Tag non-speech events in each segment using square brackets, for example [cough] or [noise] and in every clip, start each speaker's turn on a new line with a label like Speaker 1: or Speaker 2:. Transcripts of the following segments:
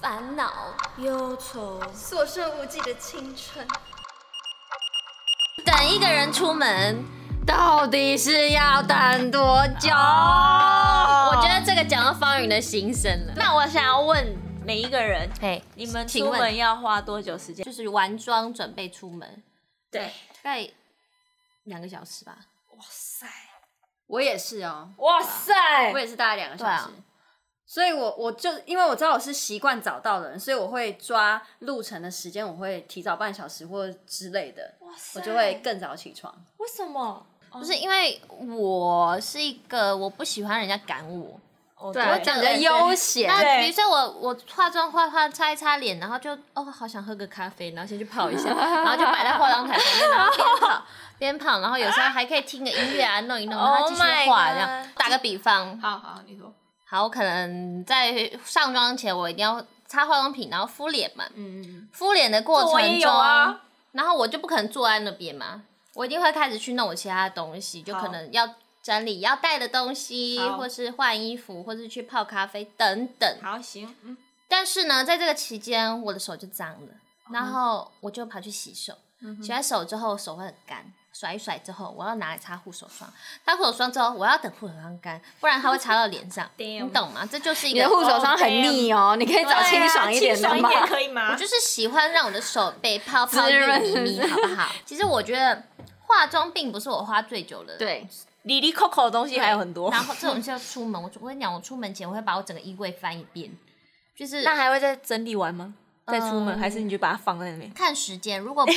Speaker 1: 烦恼、
Speaker 2: 忧愁，
Speaker 3: 所剩无几的青春。
Speaker 1: 等一个人出门，到底是要等多久？我觉得这个讲到方云的心声了。
Speaker 4: 那我想要问每一个人，
Speaker 1: 嘿，
Speaker 4: 你们
Speaker 1: 请
Speaker 4: 出
Speaker 1: 问
Speaker 4: 门要花多久时间？
Speaker 1: 就是完妆准备出门，
Speaker 4: 对，
Speaker 1: 大概两个小时吧。
Speaker 4: 哇塞，
Speaker 2: 我也是哦，
Speaker 4: 哇塞
Speaker 2: 我也是大概两个小
Speaker 4: 啊
Speaker 2: 时。
Speaker 1: 对啊
Speaker 2: 所以我，我就因为我知道我是习惯早到的人，所以我会抓路程的时间，我会提早半小时或之类的，
Speaker 4: 哇塞
Speaker 2: 我就会更早起床。
Speaker 4: 为什么？
Speaker 1: 不是因为我是一个我不喜欢人家赶我，
Speaker 4: 哦
Speaker 2: 我要讲的悠闲，
Speaker 1: 那
Speaker 4: 对
Speaker 1: 比如说我我化妆化化擦一擦脸，然后就哦好想喝个咖啡，然后先去泡
Speaker 4: [laughs]
Speaker 1: 一下，然后就摆在化妆台旁边，然后边泡边泡，然后有时候还可以听个音乐啊，弄一弄，然后继续
Speaker 4: Oh my
Speaker 1: 画
Speaker 4: God
Speaker 1: 这样。打个比方，
Speaker 4: 好好，你说，
Speaker 1: 好，我可能在上妆前我一定要擦化妆品，然后敷脸嘛，
Speaker 2: 嗯，
Speaker 1: 敷脸的过
Speaker 4: 我也
Speaker 1: 程
Speaker 4: 有
Speaker 1: 中，
Speaker 4: 啊
Speaker 1: 然后我就不可能坐在那边嘛，我一定会开始去弄我其他的东西，就可能要整理要带的东西，
Speaker 4: 好
Speaker 1: 或是换衣服，或是去泡咖啡等等。
Speaker 4: 好行，嗯，
Speaker 1: 但是呢，在这个期间，我的手就脏
Speaker 2: 嗯
Speaker 1: 了，然后我就跑去洗手，洗完手之后手会很干。甩一甩之后，我要拿来擦护手霜。擦护手霜之后，我要等护手霜干，不然它会擦到脸
Speaker 2: [laughs]
Speaker 1: 上，你
Speaker 4: Damn
Speaker 1: 懂吗？这就是一
Speaker 2: 你
Speaker 1: 个
Speaker 2: 的护手霜很腻哦，你可以找清爽一点
Speaker 4: 啊清
Speaker 2: 的
Speaker 4: 爽一
Speaker 2: 嘛。
Speaker 4: 点 [laughs] 可以吗？
Speaker 1: 我就是喜欢让我的手被泡泡
Speaker 2: 滋润
Speaker 1: 腻腻，好不好？其实我觉得化妆并不是我花最久的。。
Speaker 2: 对，
Speaker 4: 里里扣扣的东西还有很多，
Speaker 1: 然后这种是要出门，我我跟你讲，我出门前我会把我整个衣柜翻一遍，就是
Speaker 4: 那还会再整理完吗？再出门，
Speaker 1: 嗯
Speaker 4: 还是你就把它放在那边？
Speaker 1: 看时间，如果不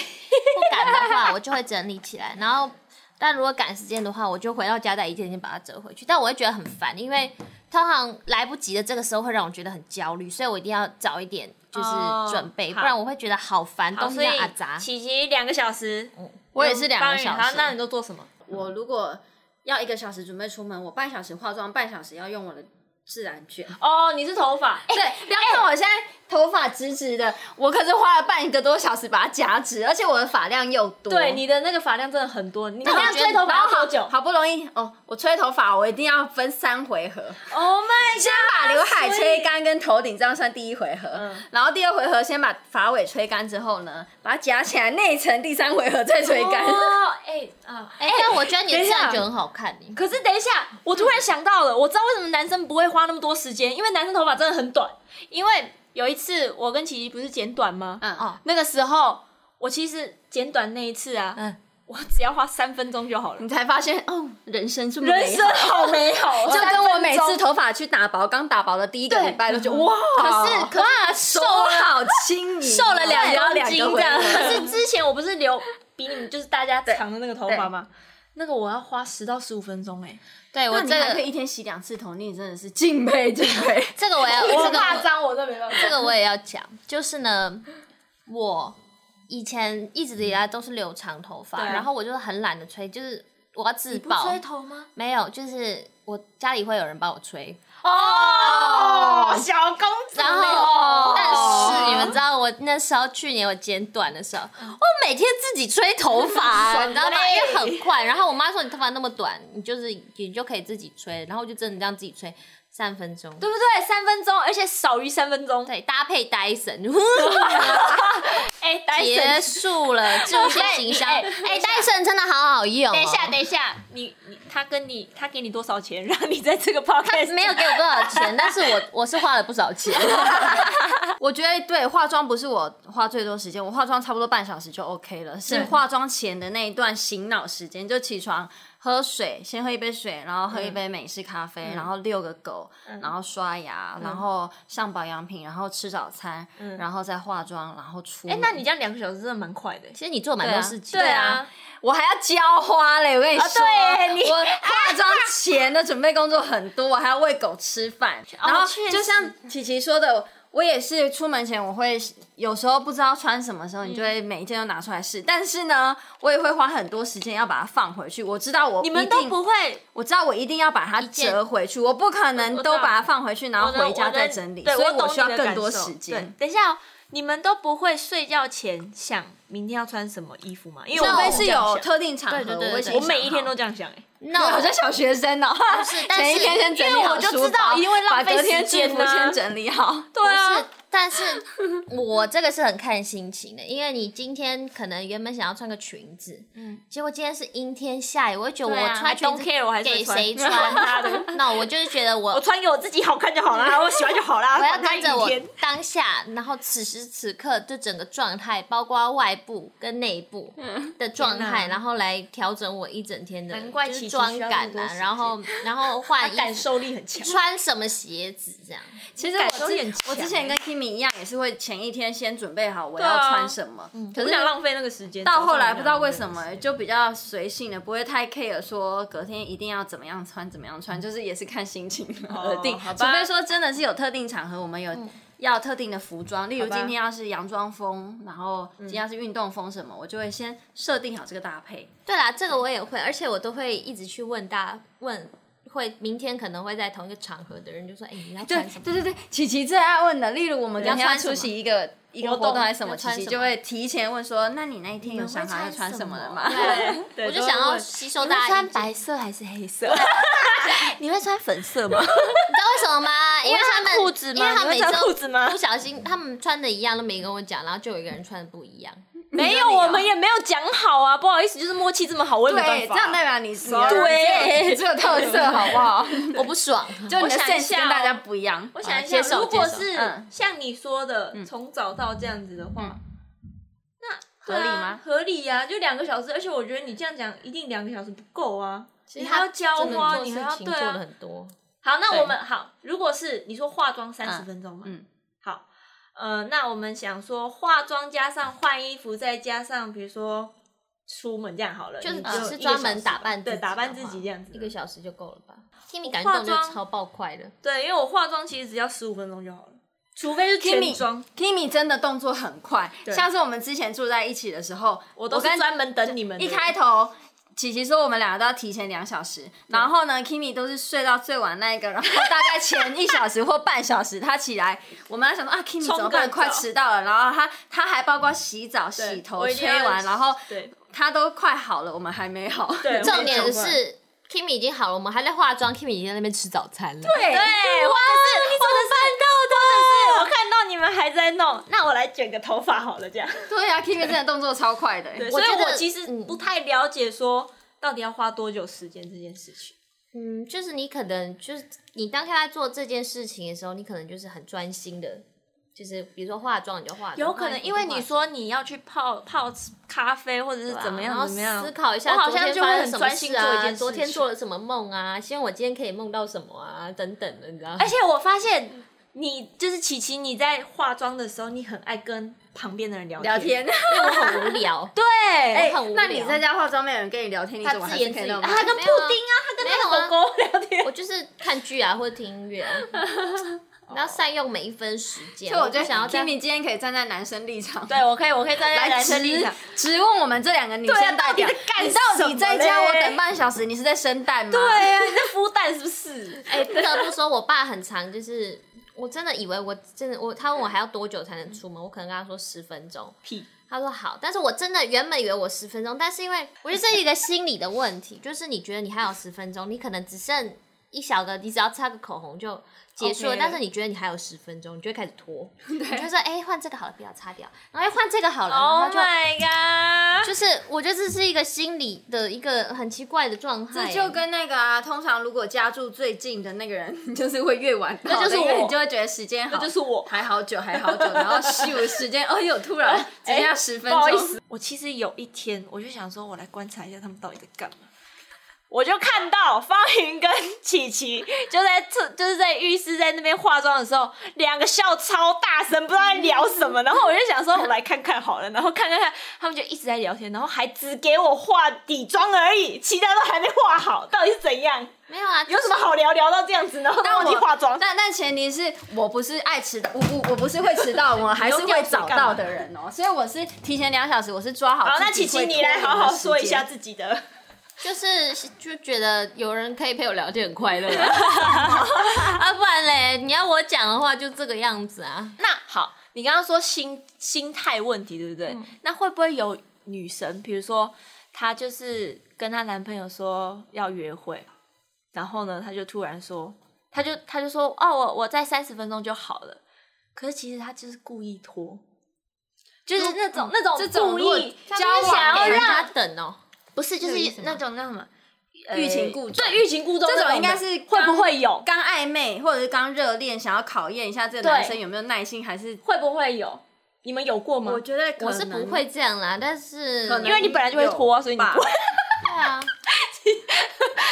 Speaker 1: 赶的话，我就会整理起来。然后，但如果赶时间的话，我就回到家再一件一件把它折回去。但我会觉得很烦，因为通常来不及的这个时候会让我觉得很焦虑，所以我一定要早一点就是准备，
Speaker 4: 哦
Speaker 1: 不然我会觉得好烦，
Speaker 4: 好，
Speaker 1: 东西
Speaker 4: 所以
Speaker 1: 要啊阿杂。
Speaker 4: 琪琪两个小时，
Speaker 2: 我也是两个
Speaker 4: 方宇
Speaker 2: 小
Speaker 4: 好
Speaker 2: 时。
Speaker 4: 那你都做什么？
Speaker 2: 我如果要一个小时准备出门，我半小时化妆，半小时要用我的自然卷。
Speaker 4: 哦，你是头发，
Speaker 2: 对，不要看我现在头发直直的，我可是花了半个多小时把它夹直，而且我的发量又多。
Speaker 4: 对，你的那个发量真的很多，你好
Speaker 2: 这
Speaker 4: 像
Speaker 2: 样
Speaker 4: 吹头发要多久
Speaker 2: 好好不容易哦，我吹头发我一定要分三回合，
Speaker 4: ？Oh my
Speaker 2: [laughs]
Speaker 4: god！
Speaker 2: 先把刘海
Speaker 4: 所以
Speaker 2: 吹干跟头顶，这样算第一回合。
Speaker 4: 嗯
Speaker 2: 然后第二回合先把发尾吹干之后呢，把它夹起来内层，第三回合再吹干。
Speaker 4: 哦，哎啊，
Speaker 1: 哎、但我觉得你的
Speaker 4: 等一下
Speaker 1: 样就很好看，你
Speaker 4: 可是等一下，我突然想到了，我知道为什么男生不会花那么多时间，因为男生头发真的很短。因为有一次我跟琪琪不是剪短吗？
Speaker 2: 嗯
Speaker 1: 哦，
Speaker 4: 那个时候我其实剪短那一次啊，
Speaker 1: 嗯
Speaker 4: 我只要花三分钟就好了
Speaker 2: 你。才发现哦，人生这么
Speaker 4: 人
Speaker 2: 美
Speaker 4: 生
Speaker 2: 好。
Speaker 4: 好美好啊，
Speaker 2: 就跟 [laughs] 我每
Speaker 4: 三
Speaker 2: 次
Speaker 4: 分钟
Speaker 2: 头发去打薄，刚打薄的第一个
Speaker 4: 对嗯
Speaker 2: 礼拜都觉得哇，可
Speaker 1: 是哦可
Speaker 2: 哇手好轻盈哦，
Speaker 4: 哦瘦了两
Speaker 2: 然后
Speaker 4: 公
Speaker 2: 两
Speaker 4: 斤
Speaker 2: 个
Speaker 4: 这
Speaker 2: 回
Speaker 4: 样。 [laughs] 可
Speaker 2: 合。
Speaker 4: 是之前我不是留比你们就是大家长的那个头发
Speaker 2: 对
Speaker 4: 吗？那个我要花十到十五分钟哎，
Speaker 1: 对我
Speaker 2: 那
Speaker 1: 这
Speaker 2: 你还可
Speaker 1: 个
Speaker 2: 以一天洗两次头，你真的是
Speaker 4: [laughs]
Speaker 2: 敬佩敬佩。
Speaker 1: 这个我要这个我
Speaker 4: 脏我这没办法。
Speaker 1: 这个我也要讲，就是呢，我以前一直以来都是留长头发，
Speaker 4: 对
Speaker 1: 然后我就是很懒得吹，就是我要自
Speaker 4: 你不
Speaker 1: 爆，
Speaker 4: 吹头吗？
Speaker 1: 没有，就是我家里会有人帮我吹，
Speaker 4: 哦，小公主哦
Speaker 1: 然后、
Speaker 2: 哦
Speaker 1: 但是你们知道我那时候去年我剪短的时候，我每天自己吹头发，[laughs]
Speaker 4: 爽
Speaker 1: 你知道吗？
Speaker 4: 嘞
Speaker 1: 因为很快，然后我妈说你头发那么短，你就是你就可以自己吹，然后我就真的这样自己吹三分钟。
Speaker 4: 对不对？三分钟，而且少于三分钟。
Speaker 1: 对，搭配 Dyson，
Speaker 4: 哎，戴
Speaker 1: 结
Speaker 4: 森，
Speaker 1: 束了助谢行销。
Speaker 4: 哎
Speaker 1: 哎
Speaker 4: 哎
Speaker 1: ，Dyson 真的好好用、哦。
Speaker 4: 等一下，，等一下，你你他跟你他给你多少钱，让你在这个 podcast
Speaker 1: 没有给我多少钱，但是我 [laughs] 我是花了不少
Speaker 2: [laughs]
Speaker 1: 钱。
Speaker 2: 我觉得对化妆不是我花最多时间，我化妆差不多半小时就 OK 了，是
Speaker 4: 对
Speaker 2: 化妆前的那一段醒脑时间，就起床喝水，先喝一杯水，然后喝一杯美式咖
Speaker 4: 嗯
Speaker 2: 啡，然后遛个狗，然后刷牙，然后上保养品，然后吃早餐，然后再化妆，然后出门。
Speaker 4: 哎，嗯那你这样两个小时真的蛮快的。
Speaker 1: 其实你做蛮多事情，
Speaker 2: 对啊，我还要浇花嘞！我跟你说，
Speaker 4: 对你
Speaker 2: 我化妆前的准备工作很多，我还要喂狗吃饭。然后
Speaker 4: 确实
Speaker 2: 就像琪琪说的，我也是出门前我会有时候不知道穿什么时候，你就会每一件都拿出来试。但是呢，我也会花很多时间要把它放回去。我知道我
Speaker 4: 你
Speaker 2: 一
Speaker 4: 们都
Speaker 2: 定
Speaker 4: 不会，
Speaker 2: 我知道我一定要把它
Speaker 1: 件
Speaker 2: 折回去，我不可能
Speaker 4: 我知道
Speaker 2: 都把它放回去，然后
Speaker 4: 我的
Speaker 2: 回家
Speaker 4: 我的
Speaker 2: 再整理，
Speaker 4: 对，
Speaker 2: 所以
Speaker 4: 懂
Speaker 2: 我需要
Speaker 4: 你的
Speaker 2: 更多
Speaker 4: 感受
Speaker 2: 时间
Speaker 4: 对。等一下哦，你们都不会睡觉前想明天要穿什么衣服吗？因为
Speaker 2: 除
Speaker 4: 我
Speaker 2: 非
Speaker 4: 会
Speaker 2: 是
Speaker 4: 这样
Speaker 2: 有
Speaker 4: 想
Speaker 2: 特定场合，
Speaker 1: 对对对
Speaker 2: 我
Speaker 1: 对
Speaker 2: 会先
Speaker 4: 我
Speaker 2: 想
Speaker 4: 每一天
Speaker 2: 好
Speaker 4: 都这样想，哎，
Speaker 1: 那
Speaker 2: [laughs] 我好像小学生哦、 [laughs]
Speaker 1: 是但是
Speaker 2: 前一天先整理
Speaker 4: 因为
Speaker 2: 好
Speaker 4: 我就
Speaker 2: 书
Speaker 4: 知道
Speaker 2: 包
Speaker 4: 因为浪
Speaker 2: 把
Speaker 4: 费
Speaker 2: 隔天
Speaker 4: 时间
Speaker 2: 制服
Speaker 4: 啊
Speaker 2: 先整理好。
Speaker 4: 对
Speaker 1: 不是
Speaker 4: 啊，，
Speaker 1: 但是我这个是很看心情的，因为你今天可能原本想要穿个裙子，嗯，结果今天是阴天下雨，我会觉得
Speaker 2: 对
Speaker 1: 我
Speaker 2: 啊
Speaker 1: 穿
Speaker 4: I don't
Speaker 1: 裙子
Speaker 4: care，我还是会
Speaker 1: 给
Speaker 4: 穿 [laughs]
Speaker 1: 谁穿他的？那我就是觉得我
Speaker 4: 我穿给我自己好看就好啦，我喜欢就好啦。
Speaker 1: 我要
Speaker 4: 管它
Speaker 1: 跟着
Speaker 4: 雨
Speaker 1: 我
Speaker 4: 天
Speaker 1: 当下，然后此时此刻这整个状态，包括外部跟内部的状态，然后来调整我一整天的
Speaker 2: 难怪
Speaker 1: 就是
Speaker 2: 琪琪
Speaker 1: 妆
Speaker 2: 需要那
Speaker 1: 感
Speaker 2: 么多
Speaker 1: 啊，
Speaker 2: 时间
Speaker 1: 然后然后换衣
Speaker 4: [laughs]
Speaker 1: 服，
Speaker 4: 感受力很强。
Speaker 1: 穿什么鞋子这样。
Speaker 2: [laughs] 其实
Speaker 4: 感
Speaker 2: 我
Speaker 4: 受力很
Speaker 2: 之我
Speaker 4: 强
Speaker 2: 之前跟 Kimi 一样，也是会前一天先准备好我
Speaker 4: 对啊
Speaker 2: 要穿什么，可
Speaker 4: 我不
Speaker 2: 是
Speaker 4: 想浪费那个时间。
Speaker 2: 到后
Speaker 4: 早
Speaker 2: 来
Speaker 4: 上
Speaker 2: 不知道为什
Speaker 4: 我
Speaker 2: 么
Speaker 4: 想
Speaker 2: 就比较随性的，不会太 care 说隔天一定要怎么样穿怎么样穿，就是也是看心情而 [laughs] 定。
Speaker 4: 好吧
Speaker 2: 除非说真的是有特定场合，我们有要特定的服装，例如
Speaker 4: 好吧
Speaker 2: 今天要是洋装风，然后今天要是运动风什么，我就会先设定好这个搭配。
Speaker 1: 对啦，这个我也会，而且我都会一直去问大家问。会明天可能会在同一个场合的人就说：“哎、你要
Speaker 2: 对
Speaker 1: 穿什么？”
Speaker 2: 对对对，琪琪最爱问的，例如我们今
Speaker 1: 要
Speaker 2: 天要
Speaker 1: 穿什么
Speaker 2: 出席一个一个
Speaker 4: 活
Speaker 2: 活
Speaker 4: 动
Speaker 2: 动还是什么，
Speaker 1: 要
Speaker 2: 琪
Speaker 1: 穿
Speaker 2: 琪
Speaker 1: 什
Speaker 2: 就
Speaker 1: 么
Speaker 2: 会提前问说，那你那一天有
Speaker 1: 你们
Speaker 2: 想
Speaker 1: 会
Speaker 2: 法要穿
Speaker 1: 穿
Speaker 2: 什
Speaker 1: 什
Speaker 2: 么
Speaker 1: 么
Speaker 2: 了
Speaker 4: [laughs]
Speaker 2: 吗？
Speaker 1: 对
Speaker 4: 对
Speaker 1: 我就
Speaker 4: 都
Speaker 1: 想
Speaker 4: 会
Speaker 1: 要
Speaker 4: 问
Speaker 1: 吸收大家的意见。
Speaker 2: 色还是黑色？你会穿粉色吗？
Speaker 1: 你知道为什么吗？因为他们
Speaker 2: 穿裤子吗
Speaker 1: 因为他们
Speaker 4: 你
Speaker 1: 每
Speaker 4: 会穿
Speaker 1: 周
Speaker 4: 裤子吗
Speaker 1: 不小心，他们穿的一样都没跟我讲，然后就有一个人穿的不一
Speaker 2: [laughs]
Speaker 1: 样。
Speaker 4: 没有，我们也没有讲好啊，不好意思，就是默契这么好，我也没办
Speaker 2: 对，
Speaker 4: 法。
Speaker 2: 这样代表你
Speaker 4: [laughs]
Speaker 2: 是
Speaker 4: 对
Speaker 2: 你只有特
Speaker 1: [laughs]
Speaker 2: 色，好不好？
Speaker 1: 我不
Speaker 2: [laughs]
Speaker 1: 爽，
Speaker 2: 就你的
Speaker 4: 我想一
Speaker 2: sense
Speaker 4: 下哦
Speaker 2: 跟大家不一样。
Speaker 4: 我想一
Speaker 1: 啊
Speaker 4: 下哦
Speaker 1: 接，受
Speaker 4: 如果
Speaker 1: 接受嗯
Speaker 4: 是
Speaker 2: 嗯
Speaker 4: 像你说的，从早到这样子的话，
Speaker 2: 合理
Speaker 4: 对啊
Speaker 2: 吗？
Speaker 4: 合理呀、就两个小时，而且我觉得你这样讲，一定两个小时不够啊。
Speaker 1: 因
Speaker 4: 你
Speaker 1: 为
Speaker 4: 还要浇
Speaker 1: 真的
Speaker 4: 花，
Speaker 1: 做
Speaker 4: 你还
Speaker 1: 事
Speaker 4: 要
Speaker 1: 情
Speaker 4: 对
Speaker 1: 做了
Speaker 4: 啊。
Speaker 1: 很多。
Speaker 4: 好，那我
Speaker 2: 对
Speaker 4: 们好，如果是你说化妆三十
Speaker 2: 嗯
Speaker 4: 分钟嘛，
Speaker 2: 嗯
Speaker 4: 好，呃，那我们想说化妆加上换衣服，再加上比如说出门这样好了，
Speaker 1: 就是
Speaker 4: 你
Speaker 1: 只
Speaker 4: 一
Speaker 1: 是
Speaker 4: 个
Speaker 1: 专
Speaker 4: 小
Speaker 1: 门
Speaker 4: 时
Speaker 1: 打
Speaker 4: 吧
Speaker 1: 扮自
Speaker 4: 对
Speaker 1: 己
Speaker 4: 打扮
Speaker 1: 的
Speaker 4: 自
Speaker 1: 话
Speaker 4: 己这样子
Speaker 1: 一
Speaker 4: 的
Speaker 1: 个小时就够了吧？Kimi
Speaker 4: 化
Speaker 1: 感动就
Speaker 4: 妆
Speaker 1: 超爆快的，
Speaker 4: 对，因为我化妆其实只要十五分钟就好了，除非是全
Speaker 2: Kimi
Speaker 4: 妆，
Speaker 2: Kimi 真的动作很快，
Speaker 4: 对
Speaker 2: 像是我们之前住在一起的时候，
Speaker 4: 我都是
Speaker 2: 跟
Speaker 4: 专门等你们的
Speaker 2: 一开头。琪琪说我们两个都要提前两小时，然后呢，Kimi 都是睡到最晚那一个，然后大概前一小时或半小时他起来，我们还想说啊，Kimi
Speaker 4: 冲
Speaker 2: 怎么办？
Speaker 4: 个澡
Speaker 2: 快迟到了，然后他他还包括洗澡、
Speaker 4: 对
Speaker 2: 洗头、
Speaker 4: 我一定
Speaker 2: 吹
Speaker 4: 要
Speaker 2: 完，然后
Speaker 4: 对
Speaker 2: 他都快好了，我们还没好。 [laughs]
Speaker 4: 对，
Speaker 1: 重点
Speaker 4: 我一定要化
Speaker 1: 是 Kimi 已经好了，我们还在化妆，Kimi 已经在那边吃早餐了。
Speaker 4: 哎
Speaker 2: 对
Speaker 4: 对，哇，你怎么办到的？我看到你们还在弄，那我来卷个头发好了，这样。
Speaker 2: 对啊，Kimi 真的动作超快的欸，
Speaker 4: 对，
Speaker 1: 我
Speaker 4: 所以
Speaker 1: 觉得
Speaker 4: 我嗯其实不太了解说到底要花多久时间这件事情。
Speaker 1: 嗯，就是你可能就是你当下在做这件事情的时候，你可能就是很专心的，就是比如说化妆你就化妆，
Speaker 4: 有可能因为你说你要去泡泡咖啡或者是
Speaker 1: 对啊
Speaker 4: 怎么样
Speaker 1: 然后
Speaker 4: 怎么样，
Speaker 1: 思考一下，
Speaker 4: 我好像就会很
Speaker 1: 什么
Speaker 4: 专心
Speaker 1: 事啊
Speaker 4: 做一件事
Speaker 1: 昨天
Speaker 4: 情
Speaker 1: 做了什么梦啊，希望我今天可以梦到什么啊，等等的，你知道吗？
Speaker 4: 而且我发现你就是琪琪，你在化妆的时候，你很爱跟旁边的人聊。
Speaker 2: 聊天。
Speaker 1: 因为我很 [laughs] 无聊
Speaker 4: 对，
Speaker 1: 哎
Speaker 2: 欸
Speaker 1: 很无
Speaker 2: 那你
Speaker 1: 聊
Speaker 2: 在家化妆，没有人跟你聊天，你
Speaker 1: 他
Speaker 2: 怎么
Speaker 1: 自
Speaker 2: 还
Speaker 1: 言
Speaker 2: 是可以
Speaker 1: 自语
Speaker 2: 弄
Speaker 1: 啊
Speaker 2: 吗？
Speaker 4: 他跟
Speaker 1: 没
Speaker 4: 布
Speaker 1: 有啊
Speaker 4: 丁啊，他跟
Speaker 1: 没有
Speaker 4: 那
Speaker 1: 啊
Speaker 4: 个狗狗聊天。
Speaker 1: 我就是看剧啊，或者听音
Speaker 4: [laughs]
Speaker 1: 乐啊，然后善用每一分时间。
Speaker 2: 所以我
Speaker 1: 不
Speaker 2: 觉得
Speaker 1: 想要在
Speaker 2: Kimi 今天可以站在男生立场，
Speaker 4: 对，我可以，我可以站在
Speaker 2: 来
Speaker 4: 男生
Speaker 2: 直
Speaker 4: 立场。
Speaker 2: 直问我们这两个女
Speaker 4: 对啊
Speaker 2: 生代表
Speaker 4: 到底在，干
Speaker 2: 你到底在
Speaker 4: 什
Speaker 2: 家
Speaker 4: 么
Speaker 2: 我
Speaker 4: 嘞
Speaker 2: 等半小时，你是在生蛋吗？
Speaker 4: 对啊，你在孵蛋是不是？
Speaker 1: 哎、不得不说，我爸很常就是，我真的以为我真的我，他问我还要多久才能出门，我可能跟他说十分钟，
Speaker 4: 屁！
Speaker 1: 他说好，但是我真的原本以为我十分钟，但是因为我觉得这是一个心理的问题，就是你觉得你还有十分钟，你可能只剩一小个，你只要擦个口红就结束了
Speaker 4: OK 了
Speaker 1: 但是你觉得你还有十分钟，你就会开始
Speaker 4: [laughs]
Speaker 1: 拖，你就说哎换、这个好了，不要擦掉，然后哎换这个好了，然后
Speaker 4: Oh
Speaker 1: 就。
Speaker 4: my god！
Speaker 1: [laughs] 就是我觉得这是一个心理的一个很奇怪的状态、
Speaker 2: 这就跟那个啊，通常如果家住最近的那个人， [laughs] 就是会越晚到的，
Speaker 4: 那就是
Speaker 2: 因为
Speaker 4: 我
Speaker 2: 你就会觉得时间好，
Speaker 4: 那就是我
Speaker 2: 还好久，还好久，然后咻时间， [laughs] 哎呦，突然只剩下十分钟，
Speaker 4: 不好意思，我其实有一天我就想说，我来观察一下他们到底在干嘛。我就看到方云跟琪琪就在厕，就是在浴室在那边化妆的时候，两个笑超大声，不知道在聊什么。然后我就想说，我来看看好了。然后看看看，他们就一直在聊天，然后还只给我化底妆而已，其他都还没化好，到底是怎样？
Speaker 1: 没有啊，
Speaker 4: 有什么好聊聊到这样子？然后
Speaker 2: 但我
Speaker 4: 忘记化妆，
Speaker 2: 但但前提是我不是爱迟到，我我我不是会迟到，我还是会早到的人哦、所以我是提前两小时，我是抓好。
Speaker 4: 好，那琪琪你来好好说一下。自己的。
Speaker 1: 就是就觉得有人可以陪我聊天很快乐啊， [laughs] 啊不然嘞，你要我讲的话就这个样子啊。
Speaker 4: [laughs] 那好，你刚刚说心心态问题，对不
Speaker 2: 嗯
Speaker 4: 对？那会不会有女神，比如说她就是跟她男朋友说要约会，然后呢，她就突然说，她就她就说，哦，我我在三十分钟就好了。可是其实他就是故意拖，就是那种、那种
Speaker 2: 哦这种
Speaker 4: 故
Speaker 2: 如果
Speaker 4: 意，
Speaker 2: 交
Speaker 4: 就是想要
Speaker 2: 往给人
Speaker 4: 让
Speaker 1: 他等哦，
Speaker 4: 不是，就
Speaker 2: 这个意
Speaker 4: 是
Speaker 2: 思吗
Speaker 4: 那种那什么
Speaker 2: 欲擒故纵
Speaker 4: 对，欲擒故纵
Speaker 2: 这
Speaker 4: 那
Speaker 2: 种
Speaker 4: 呃种
Speaker 2: 应该
Speaker 4: 的
Speaker 2: 是
Speaker 4: 会
Speaker 2: 刚
Speaker 4: 不会有？
Speaker 2: 刚暧昧或者是刚热恋，想要考验一下这个
Speaker 4: 对
Speaker 2: 男生有没有耐心，还是
Speaker 4: 会不会有？你们有过吗
Speaker 2: 我？觉得可
Speaker 1: 我是
Speaker 2: 能
Speaker 1: 不，会这样啦，但是
Speaker 2: 可能
Speaker 4: 因为你本来就会拖啊所以你
Speaker 2: 吧
Speaker 4: 不会
Speaker 1: 对啊，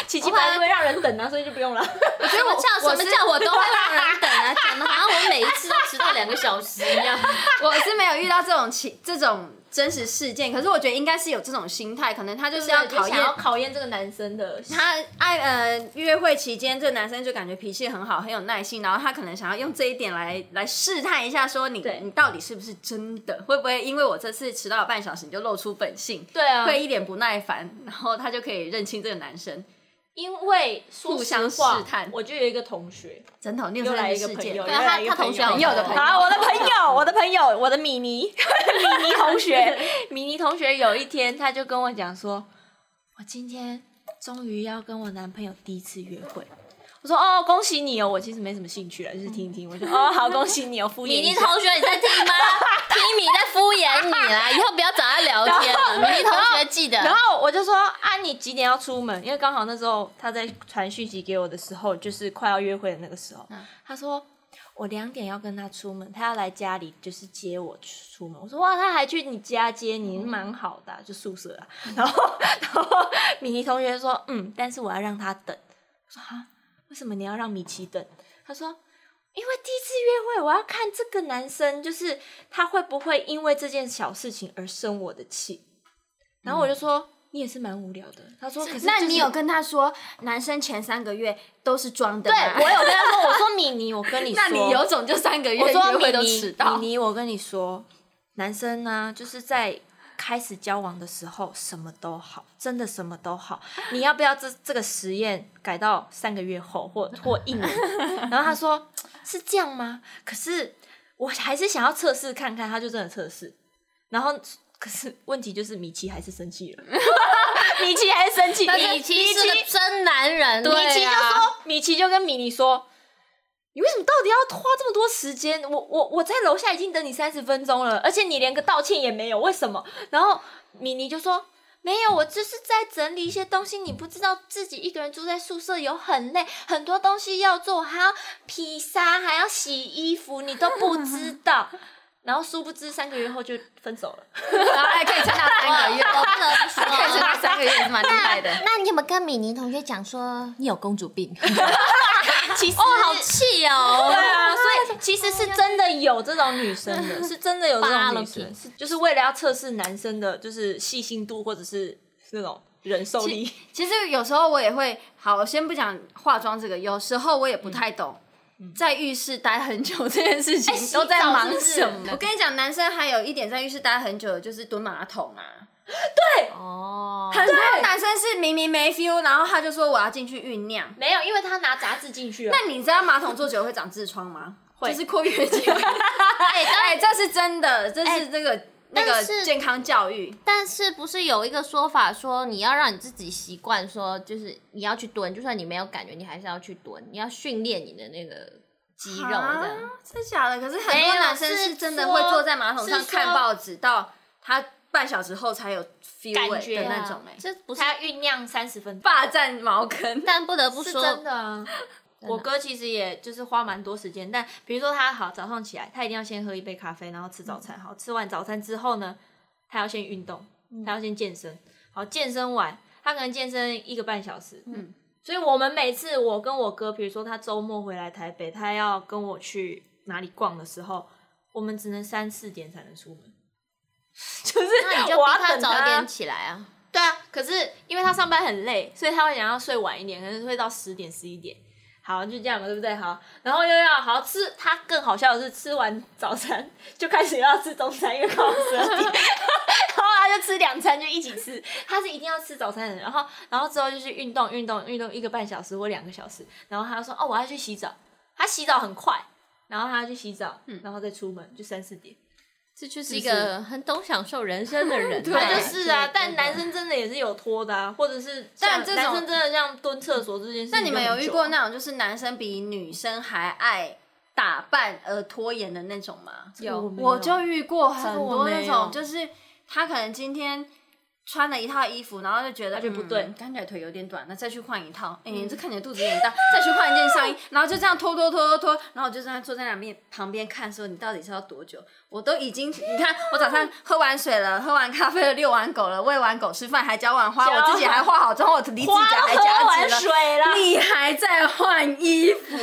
Speaker 4: 琪琪本来就会让人等啊，所以就不 [laughs] 用了。
Speaker 1: 我觉得我叫
Speaker 2: 我
Speaker 1: 什么
Speaker 2: 是
Speaker 1: 叫我都会让人等 [laughs] 啊，讲的好像我每一次都迟到两个小时一样。
Speaker 2: 我是没有遇到这种情这种真实事
Speaker 4: [laughs]
Speaker 2: 件，可是我觉得应该是有这种心态，可能他就是要考验。
Speaker 4: 考验这个男生的
Speaker 2: 他爱呃约会期间，这个男生就感觉脾气很好，很有耐心，然后他可能想要用这一点来来试探一下，说你
Speaker 4: 对
Speaker 2: 你到底是不是真的，会不会因为我这次迟到了半小时，你就露出本性，
Speaker 4: 对啊，
Speaker 2: 会一脸不耐烦，然后他就可以认清这个男生。
Speaker 4: 因为说
Speaker 2: 互
Speaker 4: 实
Speaker 2: 相
Speaker 4: 话
Speaker 2: 试探
Speaker 4: 我就有一个同学，
Speaker 2: 真的，哦你有
Speaker 4: 又
Speaker 2: 这
Speaker 4: 来
Speaker 2: 个
Speaker 4: 一个
Speaker 2: 事
Speaker 4: 朋友，
Speaker 2: 件
Speaker 4: 又
Speaker 1: 对啊
Speaker 4: 来一个
Speaker 1: 他他同学
Speaker 4: 朋
Speaker 2: 朋友的朋友
Speaker 4: 好，我的朋友，我的朋 [laughs] 友，我的米妮，米妮同学， [laughs] 米妮同学有一天他就跟我讲说，我今天终于要跟我男朋友第一次约会。我说哦，恭喜你哦！我其实没什么兴趣了，就是听一听。我说哦，好，恭喜你哦，敷
Speaker 1: [laughs]
Speaker 4: 衍
Speaker 1: 米
Speaker 4: 一
Speaker 1: 妮
Speaker 4: 下。
Speaker 1: 同学，你在听 [laughs] 吗？听米在敷衍你啦，以后不要找他聊天了。米妮同学记
Speaker 4: 然
Speaker 1: 得，
Speaker 4: 后我就说啊，你几点要出门？因为刚好那时候他在传讯息给我的时候，就是快要约会的那个时候，他说我两点要跟他出门，他要来家里就是接我出出门。我说哇，他还去你家接你，蛮好的啊、就宿舍啊。然后 [laughs] 然后米妮同学说嗯，但是我要让他等。我说啊，为什么你要让米奇等？他说。因为第一次约会，我要看这个男生，就是他会不会因为这件小事情而生我的气。然后我就说、你也是蛮无聊的。他说，可嗯是、
Speaker 2: 那你有跟他说，男生前三个月都是装的
Speaker 4: 对
Speaker 2: 吗？
Speaker 4: 我有跟他说，我说米妮，我跟 [laughs] 你说，
Speaker 2: 那你有种就三个月
Speaker 4: 我说
Speaker 2: 约会
Speaker 4: 米
Speaker 2: 都
Speaker 4: 妮
Speaker 2: 迟到
Speaker 4: 米，妮，我跟你说，男生呢、就是在。开始交往的时候，什么都好，真的什么都好。你要不要这这个实验改到三个月后或或一年？ [laughs] 然后他说是这样吗？可是我还是想要测试看看，他就真的测试。然后可是问题就是米奇还是生气了， [laughs] 米奇还是生气，
Speaker 1: 米奇是个真男人，
Speaker 4: 米奇
Speaker 1: 对
Speaker 4: 就
Speaker 1: 啊
Speaker 4: 说，米奇就跟米妮说，你为什么到底要花这么多时间？我我我在楼下已经等你三十分钟了，而且你连个道歉也没有，为什么？然后米妮就说。没有，我就是在整理一些东西。你不知道自己一个人住在宿舍有很累，很多东西要做，还要披纱，还要洗衣服，你都不知道。 [laughs] 然后殊不知三个月后就分手了。
Speaker 2: 然后还可以撑到三个 [laughs] 月，
Speaker 1: 哎我不得不
Speaker 2: 可以
Speaker 1: [laughs]
Speaker 2: 撑
Speaker 1: 说。
Speaker 2: 到三个月也是蛮厉害的。
Speaker 1: [laughs] 那你有没有跟米妮同学讲说你有公主
Speaker 4: [laughs]
Speaker 1: 病？
Speaker 4: 其实
Speaker 1: 哦，好气哦！ [laughs]
Speaker 4: 对啊，所以其实是真的有这种女生的， [laughs] 是真的有这种女
Speaker 1: 扒了
Speaker 4: 生，是就是为了要测试男生的，就是细心度或者是那种忍受 [laughs] 力。
Speaker 2: 其实有时候我也会，好，我先不讲化妆这个，有时候我也不太懂。在浴室待很久这件事 [laughs] 情
Speaker 1: 哎洗澡
Speaker 2: 都在忙
Speaker 1: 是不是
Speaker 2: 什么？我跟你讲，男生还有一点在浴室待很久的就是蹲马桶啊。
Speaker 1: 哦，
Speaker 2: 很多男生是明明没 feel，然后他就说我要进去酝酿。
Speaker 4: 没有，因为他拿杂志进去了。
Speaker 2: 那你知道马桶坐久会长痔疮吗？就是括约 [laughs] 肌。
Speaker 1: 哎，当
Speaker 2: 哎，这是真的，这
Speaker 1: 哎
Speaker 2: 是那个、那个
Speaker 1: 但是
Speaker 2: 健康教育。
Speaker 1: 但是不是有一个说法说，你要让你自己习惯，说就是你要去蹲，就算你没有感觉，你还是要去蹲，你要训练你的那个肌肉
Speaker 2: 啊
Speaker 1: 这样。
Speaker 2: 真假的？可是很
Speaker 1: 没
Speaker 2: 多
Speaker 1: 有
Speaker 2: 男生
Speaker 1: 是
Speaker 2: 是真的
Speaker 1: 说
Speaker 2: 会坐在马桶上
Speaker 1: 是
Speaker 2: 看
Speaker 1: 说
Speaker 2: 报纸，到他半小时后才有 feel
Speaker 4: 感
Speaker 2: 欸
Speaker 4: 觉
Speaker 2: 的那
Speaker 4: 啊
Speaker 2: 种哎、
Speaker 1: 这不是，
Speaker 4: 他酝酿三十分钟，
Speaker 2: 霸占茅坑。
Speaker 1: 但不得不
Speaker 4: 是
Speaker 1: 说，
Speaker 4: 真的啊。我哥其实也就是花蛮多时间，但比如说他好早上起来，他一定要先喝一杯咖啡，然后吃早
Speaker 1: 嗯
Speaker 4: 餐。好，吃完早餐之后呢，他要先运动，
Speaker 1: 嗯
Speaker 4: 他要先健身。好，健身完，他可能健身一个半小时。嗯，所以我们每次我跟我哥，比如说他周末回来台北，他要跟我去哪里逛的时候，我们只能三四点才能出门。 [laughs] 就是
Speaker 1: 那你就
Speaker 4: 我
Speaker 1: 逼
Speaker 4: 要
Speaker 1: 他
Speaker 4: 等
Speaker 1: 早一点起来啊。
Speaker 4: 对啊，可是因为他上班很累，所以他会想要睡晚一点，可能会到十点十一点。好，就这样嘛，对不对？好，然后又要好吃，他更好笑的是吃完早餐就开始又要吃中餐，因为刚好十二点，然后他就吃两餐就一起吃，他是一定要吃早餐的人。然后，然后之后就去运动，运动，运动一个半小时或两个小时，然后他就说哦，我要去洗澡，他洗澡很快，然后他去洗澡，然后再出门就三四点。
Speaker 1: 这就是一个很懂享受人生的人，哎
Speaker 4: 他就
Speaker 1: [laughs] 对
Speaker 4: 是啊，但男生真的也是有拖的啊，或者是
Speaker 2: 但
Speaker 4: 像
Speaker 2: 这种
Speaker 4: 男生真的像蹲厕所这件事，
Speaker 2: 那你们有遇过？那种就是男生比女生还爱打扮而拖延的那种吗？
Speaker 4: 有我没有
Speaker 2: 我就遇过
Speaker 4: 这
Speaker 2: 很
Speaker 4: 个我
Speaker 2: 多
Speaker 4: 没
Speaker 2: 那
Speaker 4: 有
Speaker 2: 种，就是他可能今天穿了一套衣服，然后就觉得
Speaker 4: 觉得不对
Speaker 2: 嗯看起来腿有点短，那再去换一套，哎、这看起来肚子有点大，再去换一件上衣，然后就这样拖拖拖拖拖，然后我就这样坐在两边旁边看，说你到底是要多久？我都已经，你看我早上喝完水了，喝完咖啡了，遛完狗了，喂完狗吃饭，还浇完花，
Speaker 4: 浇
Speaker 2: 我自己还化好妆，我离指
Speaker 4: 花
Speaker 2: 甲还
Speaker 4: 都
Speaker 2: 夹
Speaker 4: 喝完
Speaker 2: 直了。
Speaker 4: 水了，
Speaker 2: 你还在换衣服？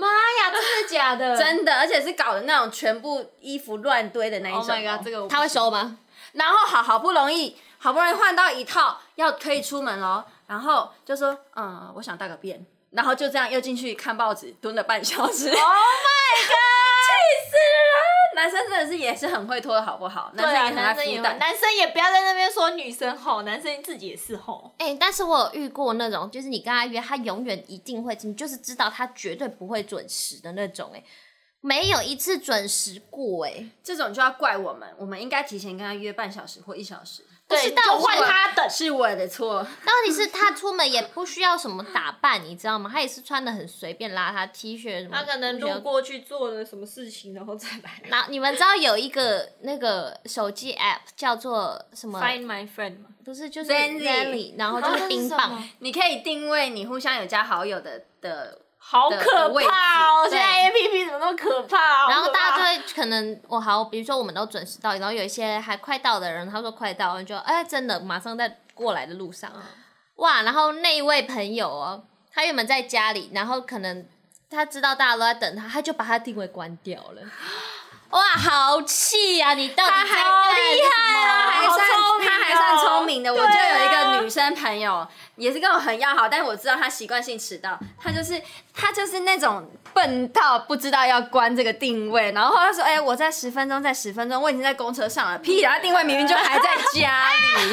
Speaker 4: 妈呀，真的假的？
Speaker 2: 真的，而且是搞的那种全部衣服乱堆的那一种
Speaker 4: Oh
Speaker 2: 哦。
Speaker 4: my god，这个我不
Speaker 1: 他会收吗？
Speaker 2: 然后好好不容易，好不容易换到一套，要可以出门咯，然后就说，嗯，我想大个便，然后就这样又进去看报纸，蹲了半小时。
Speaker 4: Oh my god！
Speaker 2: [laughs] 男生真的是也是很会拖，好不好？男
Speaker 4: 对
Speaker 2: 生
Speaker 4: 啊，
Speaker 2: 也
Speaker 4: [laughs] 男生也会
Speaker 2: 很爱负担。
Speaker 4: 男生也不要在那边说女生吼，男生自己也是吼。
Speaker 1: 哎、但是我有遇过那种，就是你跟他约，他永远一定会，你就是知道他绝对不会准时的那种、哎，没有一次准时过、哎，
Speaker 2: 这种就要怪我们，我们应该提前跟他约半小时或一小时，
Speaker 4: 对，
Speaker 1: 知道
Speaker 4: 你就换他等。
Speaker 2: 是我的错。 [laughs]
Speaker 1: 那问题是，他出门也不需要什么打扮，你知道吗？他也是穿的很随便，邋遢 T 恤什么。
Speaker 4: 他可能
Speaker 1: 不需要
Speaker 4: 路过去做了什么事情，然后再来。
Speaker 1: 然后你们知道有一个那个手机 app 叫做什么？
Speaker 4: Find my friend 嘛，
Speaker 1: 不是就是
Speaker 2: Zenly
Speaker 1: Zenly，然后就
Speaker 4: 啊
Speaker 1: 是
Speaker 4: [laughs] 那是
Speaker 1: 冰
Speaker 4: 什
Speaker 1: 棒
Speaker 4: 么，
Speaker 2: 你可以定位你互相有加好友的的
Speaker 4: 好
Speaker 2: 的
Speaker 4: 可
Speaker 2: 位置
Speaker 4: 怕哦！
Speaker 2: 对
Speaker 4: 现在 A P P 怎么那么可怕啊？
Speaker 1: 然后大
Speaker 4: 家
Speaker 1: 家就会可能我好，比如说我们都准时到，然后有一些还快到的人，他说快到，就哎真的马上在过来的路上，
Speaker 4: 嗯
Speaker 1: 哇！然后那一位朋友哦，他原本在家里，然后可能他知道大家都在等他，他就把他定位关掉了。哇，好气啊！你到底
Speaker 2: 他
Speaker 1: 在
Speaker 2: 还
Speaker 1: 干
Speaker 2: 厉害
Speaker 1: 什
Speaker 2: 啊，还
Speaker 1: 么 [laughs]
Speaker 2: 算
Speaker 4: 好聪明哦
Speaker 2: 他还算聪明的。我
Speaker 4: 对
Speaker 2: 就
Speaker 4: 啊
Speaker 2: 有一个女生朋友，也是跟我很要好，但我知道她习惯性迟到，她就是她就是那种笨到不知道要关这个定位，然后她说：“哎、我在十分钟，在十分钟，我已经在公车上了。”屁啦，她定位明明就还在家
Speaker 4: [laughs]
Speaker 2: 里，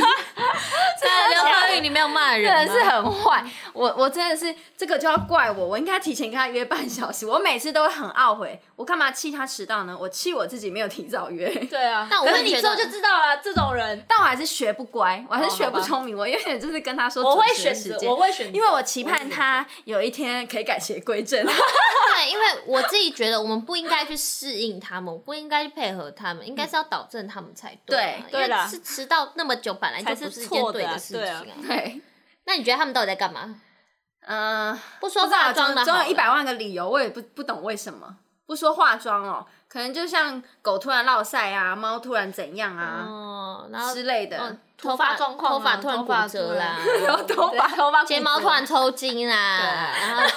Speaker 1: 对刘
Speaker 4: 啊
Speaker 1: 德云，你没有骂人
Speaker 2: 真
Speaker 1: 吗，
Speaker 2: 的是很坏。我我真的是这个就要怪我，我应该提前跟她约半小时。我每次都会很懊悔，我干嘛气她迟到呢？我气我自己没有提早约。
Speaker 4: 对啊，
Speaker 1: 但我
Speaker 4: 可
Speaker 1: 会
Speaker 4: 是你
Speaker 1: 觉
Speaker 4: 之后
Speaker 1: 得
Speaker 4: 就知道了，这种人
Speaker 2: 但我还是学不乖，我还是学不
Speaker 4: 哦好吧
Speaker 2: 聪明，我永远就是跟他说
Speaker 4: 我会
Speaker 2: 准时
Speaker 4: 选
Speaker 2: 的
Speaker 4: 择
Speaker 2: 时，间
Speaker 4: 我。会选择，
Speaker 2: 因为我期盼他有一天可以改邪归正，
Speaker 1: 对，因为我自己觉得我们不应该去适应他们，不应该去配合他们，应该是要导正他们才啊
Speaker 2: 对
Speaker 1: 因
Speaker 4: 嗯对啦
Speaker 1: 为是迟到那么久本来
Speaker 4: 才
Speaker 1: 就不
Speaker 4: 是
Speaker 1: 是一件
Speaker 4: 错
Speaker 1: 对
Speaker 4: 的啊
Speaker 1: 的事情啊。
Speaker 2: 对，
Speaker 1: 那你觉得他们到底在干嘛？
Speaker 2: 嗯，
Speaker 1: 不
Speaker 2: 不
Speaker 1: 说
Speaker 2: 知道
Speaker 1: 化
Speaker 2: 总
Speaker 1: 妆的
Speaker 2: 总有
Speaker 1: 好
Speaker 2: 一百
Speaker 1: 了，
Speaker 2: 万个理由，我也不不懂为什么不说化妆哦，可能就像狗突然落晒啊，猫突然怎样啊
Speaker 1: 哦，然后
Speaker 2: 之类的
Speaker 1: 嗯，
Speaker 4: 头发状况啊
Speaker 1: 头发突然
Speaker 4: 头发
Speaker 1: 骨折啦，
Speaker 2: 然后头发
Speaker 4: 头发
Speaker 1: 睫毛突然抽筋啦，
Speaker 4: 对
Speaker 1: 然后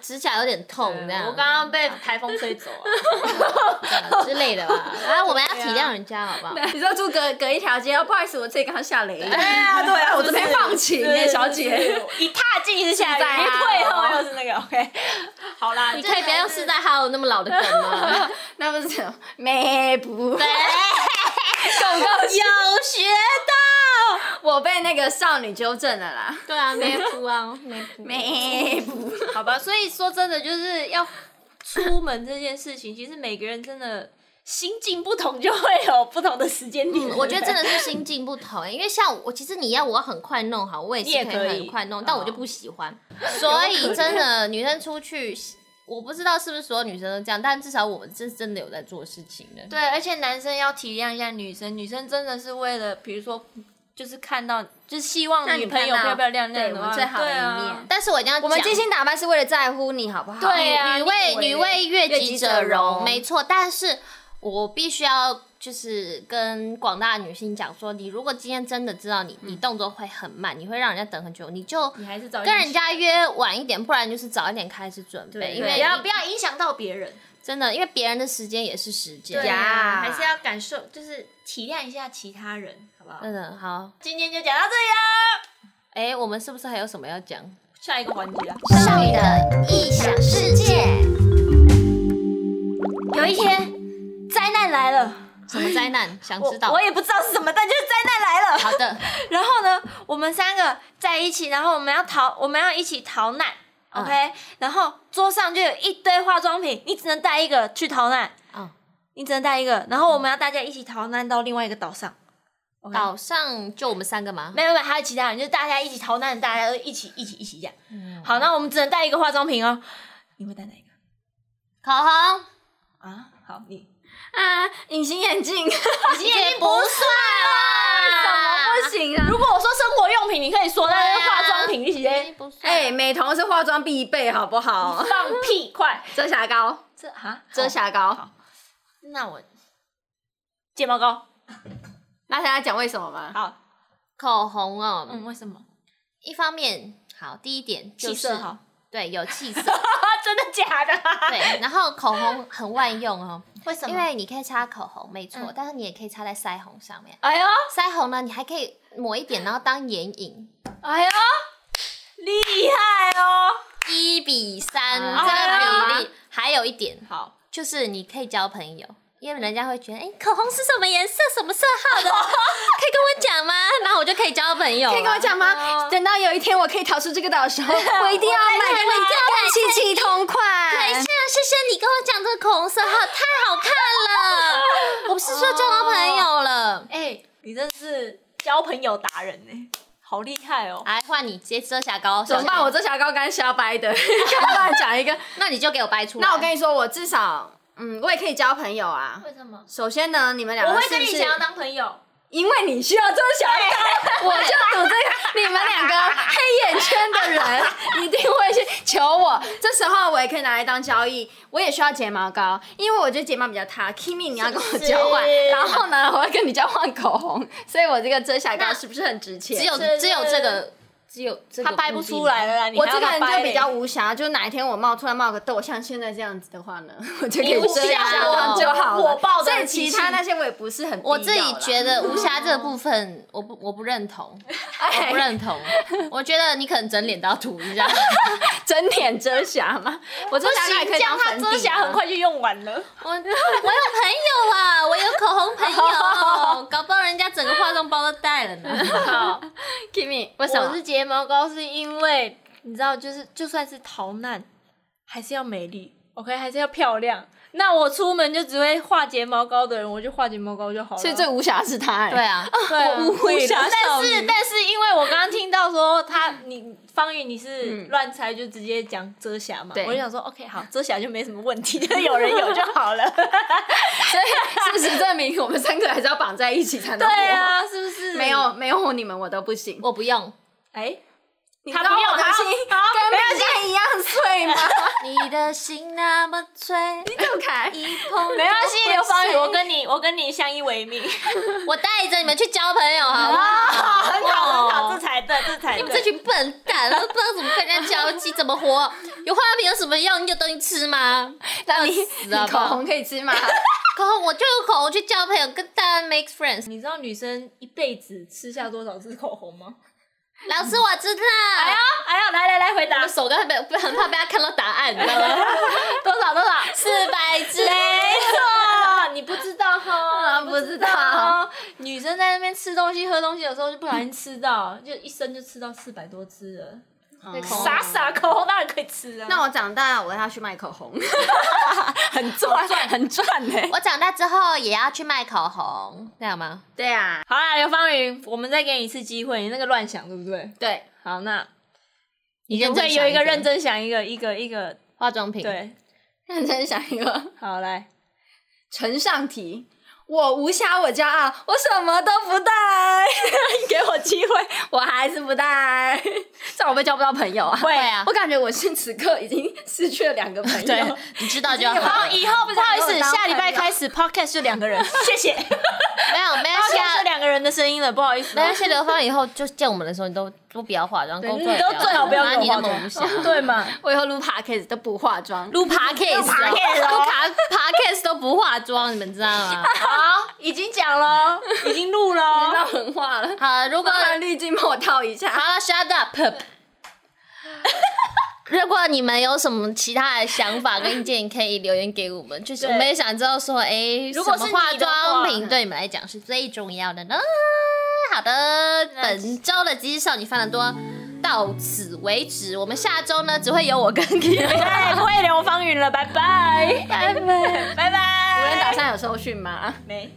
Speaker 1: 指甲有点痛这样，
Speaker 4: 我刚刚被台风吹走啊了。
Speaker 1: 对之类的吧。然后我们要体谅人家好不好？
Speaker 2: 你说住隔隔一条街，哦，不好意思，我这里刚刚下雷雨，对
Speaker 4: 啊 [laughs] 对啊
Speaker 2: [laughs] 我这边放晴哎，
Speaker 4: [laughs]
Speaker 2: 小姐，，
Speaker 4: 一踏进是下雨，
Speaker 2: 是在
Speaker 4: 一
Speaker 2: 啊
Speaker 4: 退后又是那个 OK。好啦，
Speaker 1: 你可以不要用是在哈有那么老的梗吗？
Speaker 2: 那不是没不
Speaker 1: 对，
Speaker 2: 够够
Speaker 1: 有学到。
Speaker 2: 我被那个少女纠正了啦，
Speaker 1: [laughs] 对啊，没哭啊，没哭。
Speaker 2: 没不
Speaker 4: [laughs] 好吧，所以说真的就是要出门这件事情，其实每个人真的心境不同，就会有不同的时间点。
Speaker 1: 我觉得真
Speaker 4: [laughs]
Speaker 1: 的是心境不同、欸因为像我，其实你要我很快弄好，我也
Speaker 4: 你也
Speaker 1: 是
Speaker 4: 可
Speaker 1: 以
Speaker 4: 以
Speaker 1: 很快弄，但我
Speaker 2: 嗯
Speaker 1: 就不喜欢。所以真的，女生出去，我不知道是不是所有女生都这样，但至少我们是真的有在做事情的。
Speaker 4: 对，而且男生要体谅一下女生，女生真的是为了，比如说，就是看到，就是希望
Speaker 2: 让你
Speaker 4: 女朋友
Speaker 2: 看到
Speaker 4: 漂漂亮亮
Speaker 2: 对
Speaker 4: 的
Speaker 2: 我
Speaker 4: 话，
Speaker 2: 们最好的
Speaker 4: 对啊
Speaker 2: 一面。
Speaker 1: 但是我一定要讲，
Speaker 2: 我们精心打扮是为了在乎你，好不好？
Speaker 4: 对啊
Speaker 1: 女
Speaker 4: 你
Speaker 1: 为
Speaker 4: 以为
Speaker 1: 女为悦
Speaker 2: 悦
Speaker 1: 己
Speaker 2: 己
Speaker 1: 者
Speaker 2: 者
Speaker 1: 容，
Speaker 2: 容
Speaker 1: 没错。但是我必须要就是跟广大的女性讲说，你如果今天真的知道你
Speaker 2: 嗯
Speaker 1: 你动作会很慢，你会让人家等很久，你就
Speaker 4: 你还是早一点
Speaker 1: 跟人家约晚一点，不然就是早一点开始准备，
Speaker 2: 对
Speaker 1: 因
Speaker 4: 对
Speaker 1: 为
Speaker 4: 不要不要影响到别人，
Speaker 1: 真的，因为别人的时间也是时间。
Speaker 4: 对
Speaker 2: 呀
Speaker 4: 啊，还是要感受，就是体谅一下其他人，好不好？
Speaker 1: 真的好，
Speaker 4: 嗯今天就讲到这里啊啦，
Speaker 1: 哎、我们是不是还有什么要讲？
Speaker 4: 下一个环节啊。
Speaker 5: 少女的异想世界。
Speaker 4: 有一天，灾难来了，
Speaker 1: 什么灾难？想知道
Speaker 4: 我我？也不知道是什么，但就是灾难来了。
Speaker 1: 好的，
Speaker 4: 然后呢，我们三个在一起，然后我们要逃，我们要一起逃难。
Speaker 1: 嗯
Speaker 4: OK，、然后桌上就有一堆化妆品，你只能带一个去逃难，
Speaker 1: 嗯，
Speaker 4: 你只能带一个。然后我们要大家一起逃难到另外一个岛上。OK
Speaker 1: 岛上就我们三个吗？
Speaker 4: 没有没有，还有其他人，就是大家一起逃难，大家都一起一起一起这样。好，那我们只能带一个化妆品哦。你会带哪一个？
Speaker 1: 口红，
Speaker 4: 啊，好，你
Speaker 2: 啊，隐形眼镜
Speaker 1: 已经不
Speaker 2: [laughs]
Speaker 1: 算啦，
Speaker 2: 不行啊！
Speaker 4: 如果我说生活用品，你可以说，但
Speaker 1: 对
Speaker 4: 是
Speaker 1: 啊
Speaker 4: 化妆品你直
Speaker 1: 已经
Speaker 4: 接
Speaker 1: 不算。
Speaker 2: 哎、美瞳是化妆必备，好不 [laughs] 好？
Speaker 4: 放屁，快！
Speaker 2: 遮瑕膏，
Speaker 4: 这啊，
Speaker 2: 遮瑕膏
Speaker 4: 好。那我睫毛膏
Speaker 2: 那大家讲为什么吗？
Speaker 4: 好，
Speaker 1: 口红哦，
Speaker 4: 嗯，为什么？
Speaker 1: 一方面好，第一点就
Speaker 4: 气
Speaker 1: 是
Speaker 4: 色好， [laughs]
Speaker 1: 对，有气色，
Speaker 4: 真的假的？
Speaker 2: [laughs]
Speaker 1: 对，然后口红很万用哦，
Speaker 4: 为什
Speaker 1: 因？为你可以擦口红，没错，
Speaker 4: 嗯
Speaker 1: 但是你也可以擦在腮红上面。
Speaker 4: 哎呦，
Speaker 1: 腮红呢，你还可以抹一点，然后当眼影，
Speaker 4: 哎呦，厉害哦！
Speaker 1: 一比三
Speaker 2: 啊
Speaker 1: 这个比例。还有一点
Speaker 4: 好，
Speaker 1: 就是你可以交朋友，因为人家会觉得，哎、口红是什么颜色、什么色号
Speaker 2: [laughs]
Speaker 1: 的，可以跟我讲吗？然后我就可以交朋友了。
Speaker 2: 可以跟我讲吗？等到有一天我可以逃出这个岛的时候，哦 [laughs] 我一定要买跟你七七同 [laughs] 款。
Speaker 1: 等一下，谢谢你跟我讲这个口红
Speaker 2: [laughs]
Speaker 1: 色号，太好看了。我不是说交到朋友了，
Speaker 4: 哎、你真是交朋友达人呢、好厉害哦！
Speaker 1: 来哎换你直接遮瑕膏，
Speaker 2: 怎么办？
Speaker 1: 小
Speaker 2: 我遮瑕膏刚瞎掰 [laughs] 的，刚乱讲一个。
Speaker 1: 那你就给我掰出来。
Speaker 2: 那我跟你说，我至少，嗯，我也可以交朋友啊。
Speaker 3: 为什么？
Speaker 2: 首先呢，你们两
Speaker 4: 我
Speaker 2: 个
Speaker 4: 会
Speaker 2: 啊是
Speaker 4: 跟
Speaker 2: 不
Speaker 4: 你
Speaker 2: 是
Speaker 4: 想要当朋友，
Speaker 2: 因为你需要遮瑕膏，我就赌这个你们两个黑眼圈的人一定会去求我。这时候我也可以拿来当交易，我也需要睫毛膏，因为我觉得睫毛比较塌。Kimi，你要跟我交换，然后呢，我要跟你交换口红，所以我这个遮瑕膏是不是很值钱？
Speaker 1: 只有只有这个，只有这个
Speaker 4: 他掰不
Speaker 1: 固定
Speaker 4: 出来了啦。你
Speaker 2: 我
Speaker 4: 还要
Speaker 2: 这个
Speaker 4: 他
Speaker 2: 人
Speaker 4: 掰欸
Speaker 2: 就
Speaker 4: 嘞
Speaker 2: 比较
Speaker 1: 欸
Speaker 2: 无瑕，就哪一天我冒突然冒个痘，像现在这样子的话呢，我就可
Speaker 4: 你
Speaker 2: 以
Speaker 4: 无
Speaker 2: 遮瑕
Speaker 1: 瑕
Speaker 2: 膏就好了。
Speaker 4: 火爆的
Speaker 2: 所以其他
Speaker 4: 脾气
Speaker 2: 那些我也不是很
Speaker 1: 我自己觉
Speaker 2: 得，
Speaker 1: [laughs] 得无瑕这部分，我不我不认同， [laughs] 我不
Speaker 2: 哎，
Speaker 1: 认同。我觉得你可能整脸都要涂一下，
Speaker 2: 整脸遮瑕
Speaker 4: [laughs]
Speaker 2: 嘛，我遮
Speaker 4: 不
Speaker 2: 瑕也
Speaker 4: 行，
Speaker 2: 可
Speaker 4: 这
Speaker 2: 以
Speaker 4: 样
Speaker 2: 当
Speaker 4: 他
Speaker 2: 粉底啊
Speaker 4: 遮瑕很。快就用完了。
Speaker 1: [laughs] 我我有朋友啊，我有口红朋 [laughs] 友，搞不好人家整个化妆包都带了呢。
Speaker 4: 好，
Speaker 2: Kimi，
Speaker 1: 为什
Speaker 4: 我
Speaker 1: 么
Speaker 4: 是？睫毛膏，是因为你知道，就是就算是逃难，还是要美丽，OK，还是要漂亮。那我出门就只会画睫毛膏的人，我就画睫毛膏就好了。
Speaker 2: 所以最无瑕是他哎。
Speaker 1: 对 [laughs] 啊，
Speaker 4: 对啊、
Speaker 2: 我误会了
Speaker 4: 但
Speaker 2: 少
Speaker 4: 是
Speaker 2: 女
Speaker 4: 但是因为我刚刚听到说他你方宇你是
Speaker 2: 嗯
Speaker 4: 乱猜，就直接讲遮瑕嘛，
Speaker 2: 对
Speaker 4: 我就想说 OK 好，遮瑕就没什么问题，
Speaker 2: [laughs]
Speaker 4: 就是有人有就好了。
Speaker 2: 所以事实证明，我们三个还是要绑在一起才能
Speaker 4: 对
Speaker 2: 活。
Speaker 4: 啊，是不是？
Speaker 2: 没，有没有你们我都不行。
Speaker 1: 我不用。
Speaker 4: 哎、
Speaker 2: 你知
Speaker 4: 他
Speaker 2: 道
Speaker 4: 不用
Speaker 2: 我的
Speaker 4: 他
Speaker 2: 心
Speaker 4: 好
Speaker 2: 跟饼干一样
Speaker 4: [laughs]
Speaker 2: 碎吗？
Speaker 1: 你的心那么脆，
Speaker 2: [laughs] 你走开。
Speaker 1: 一碰
Speaker 4: 没关系，刘方宇，我跟你我跟你相依为命。
Speaker 1: 我带着你们去交朋友，好不
Speaker 4: 啊，
Speaker 1: 好？
Speaker 4: 很好很好，
Speaker 1: 哦
Speaker 4: 这才对，这才
Speaker 1: 你们
Speaker 4: 对
Speaker 1: 这。群笨蛋，都不知道怎么跟人家交际，怎么活？有化妆品有什么用？你有东西吃吗？
Speaker 2: 那你
Speaker 1: 死
Speaker 2: 你
Speaker 1: 好不好
Speaker 2: 口红可以吃吗？
Speaker 1: 口红我就用口红去交朋友，跟大家 make friends。
Speaker 4: 你知道女生一辈子吃下多少支口红吗？
Speaker 1: 老师，我知道。
Speaker 4: 哎呦， [laughs] 哎呦，来来来，回
Speaker 1: 我
Speaker 4: 答
Speaker 1: 手刚才被被很怕被他看到答案，你知道吗？
Speaker 4: [laughs] 多少多少？
Speaker 1: 四百只。
Speaker 4: 没错，你不知道 [laughs] 哈，
Speaker 2: 不知道
Speaker 4: 哈。女生在那边吃东西、喝东西的时候，就不小心吃到，就一生就吃到四百多支了。
Speaker 2: 对口红
Speaker 4: 傻傻口红当然可以吃 [laughs] 啊。
Speaker 2: 哦那我长大我要去卖口红，很赚很赚哎。
Speaker 1: 我长大之后也要去卖口红，这样吗？
Speaker 2: 对啊，
Speaker 4: [laughs] 好啦，刘芳云，我们再给你一次机会，你那个乱想对不对？
Speaker 2: 对，
Speaker 4: 好，那
Speaker 1: 你
Speaker 4: 你
Speaker 1: 认
Speaker 4: 会
Speaker 1: 真
Speaker 4: 有
Speaker 1: 想
Speaker 4: 一个认真想一个一个一个，
Speaker 1: 化妆品，
Speaker 4: 对，
Speaker 2: 认真想一个。
Speaker 4: 好来，
Speaker 2: 呈上题，我无瑕，我骄傲，我什么都不带， [laughs] 给我机会，我还是不带， [laughs] 这样我会交不到朋友啊。
Speaker 1: 会啊
Speaker 2: [laughs] 我，感觉我是此刻已经失去了两个 [laughs] 朋
Speaker 1: 对
Speaker 2: 友。，
Speaker 1: 你知道就好
Speaker 4: 好，
Speaker 1: 了。
Speaker 4: 以后不是不好意
Speaker 2: 把我
Speaker 4: 思，
Speaker 2: 当
Speaker 4: 下礼拜
Speaker 2: 朋友
Speaker 4: 开始 podcast 就两个 [laughs] 人，谢谢。
Speaker 1: 没有没有
Speaker 4: 现在是
Speaker 1: 下，
Speaker 4: 两个人的声音了，不好意思
Speaker 1: 没。有下刘芳以后就见我们的时候，你都都不要化妆，工
Speaker 4: 你
Speaker 1: 作也
Speaker 4: 都最好不要
Speaker 1: 拿
Speaker 4: 给
Speaker 1: 你
Speaker 4: 我
Speaker 1: 那
Speaker 4: 化
Speaker 1: 么无瑕。
Speaker 4: [laughs] 妆，对嘛？
Speaker 2: 我以后录 podcast 都不化妆，
Speaker 1: 录 podcast，
Speaker 4: 录
Speaker 1: [laughs]
Speaker 4: podcast
Speaker 1: 哦
Speaker 4: 哦
Speaker 1: 录卡 podcast 都不化妆，你们知道
Speaker 4: [laughs]
Speaker 1: 吗？
Speaker 4: 好，已经讲了，已经录了。
Speaker 2: 到狠话 [laughs] 了。
Speaker 1: 好，如果
Speaker 2: 包含滤镜帮我套一 [laughs] 下。
Speaker 1: 好了，shut up。如果你们有什么其他的想法跟意见，可以留言给我们。就是我
Speaker 4: 对
Speaker 1: 们也想知道说，哎、
Speaker 4: 如果
Speaker 1: 什么
Speaker 4: 是
Speaker 1: 化
Speaker 4: 你的
Speaker 1: 妆
Speaker 4: 话
Speaker 1: 品对你们来讲是最重要的呢？好的，本周的《极致少女范得多》到此为止。我们下周呢，只会有我跟 K。
Speaker 4: [laughs] 对，不会刘 [laughs]
Speaker 2: [laughs]
Speaker 4: 芳云了，拜拜，拜拜，拜
Speaker 2: 有人打
Speaker 4: 拜。
Speaker 2: 算有收讯吗？
Speaker 4: 没。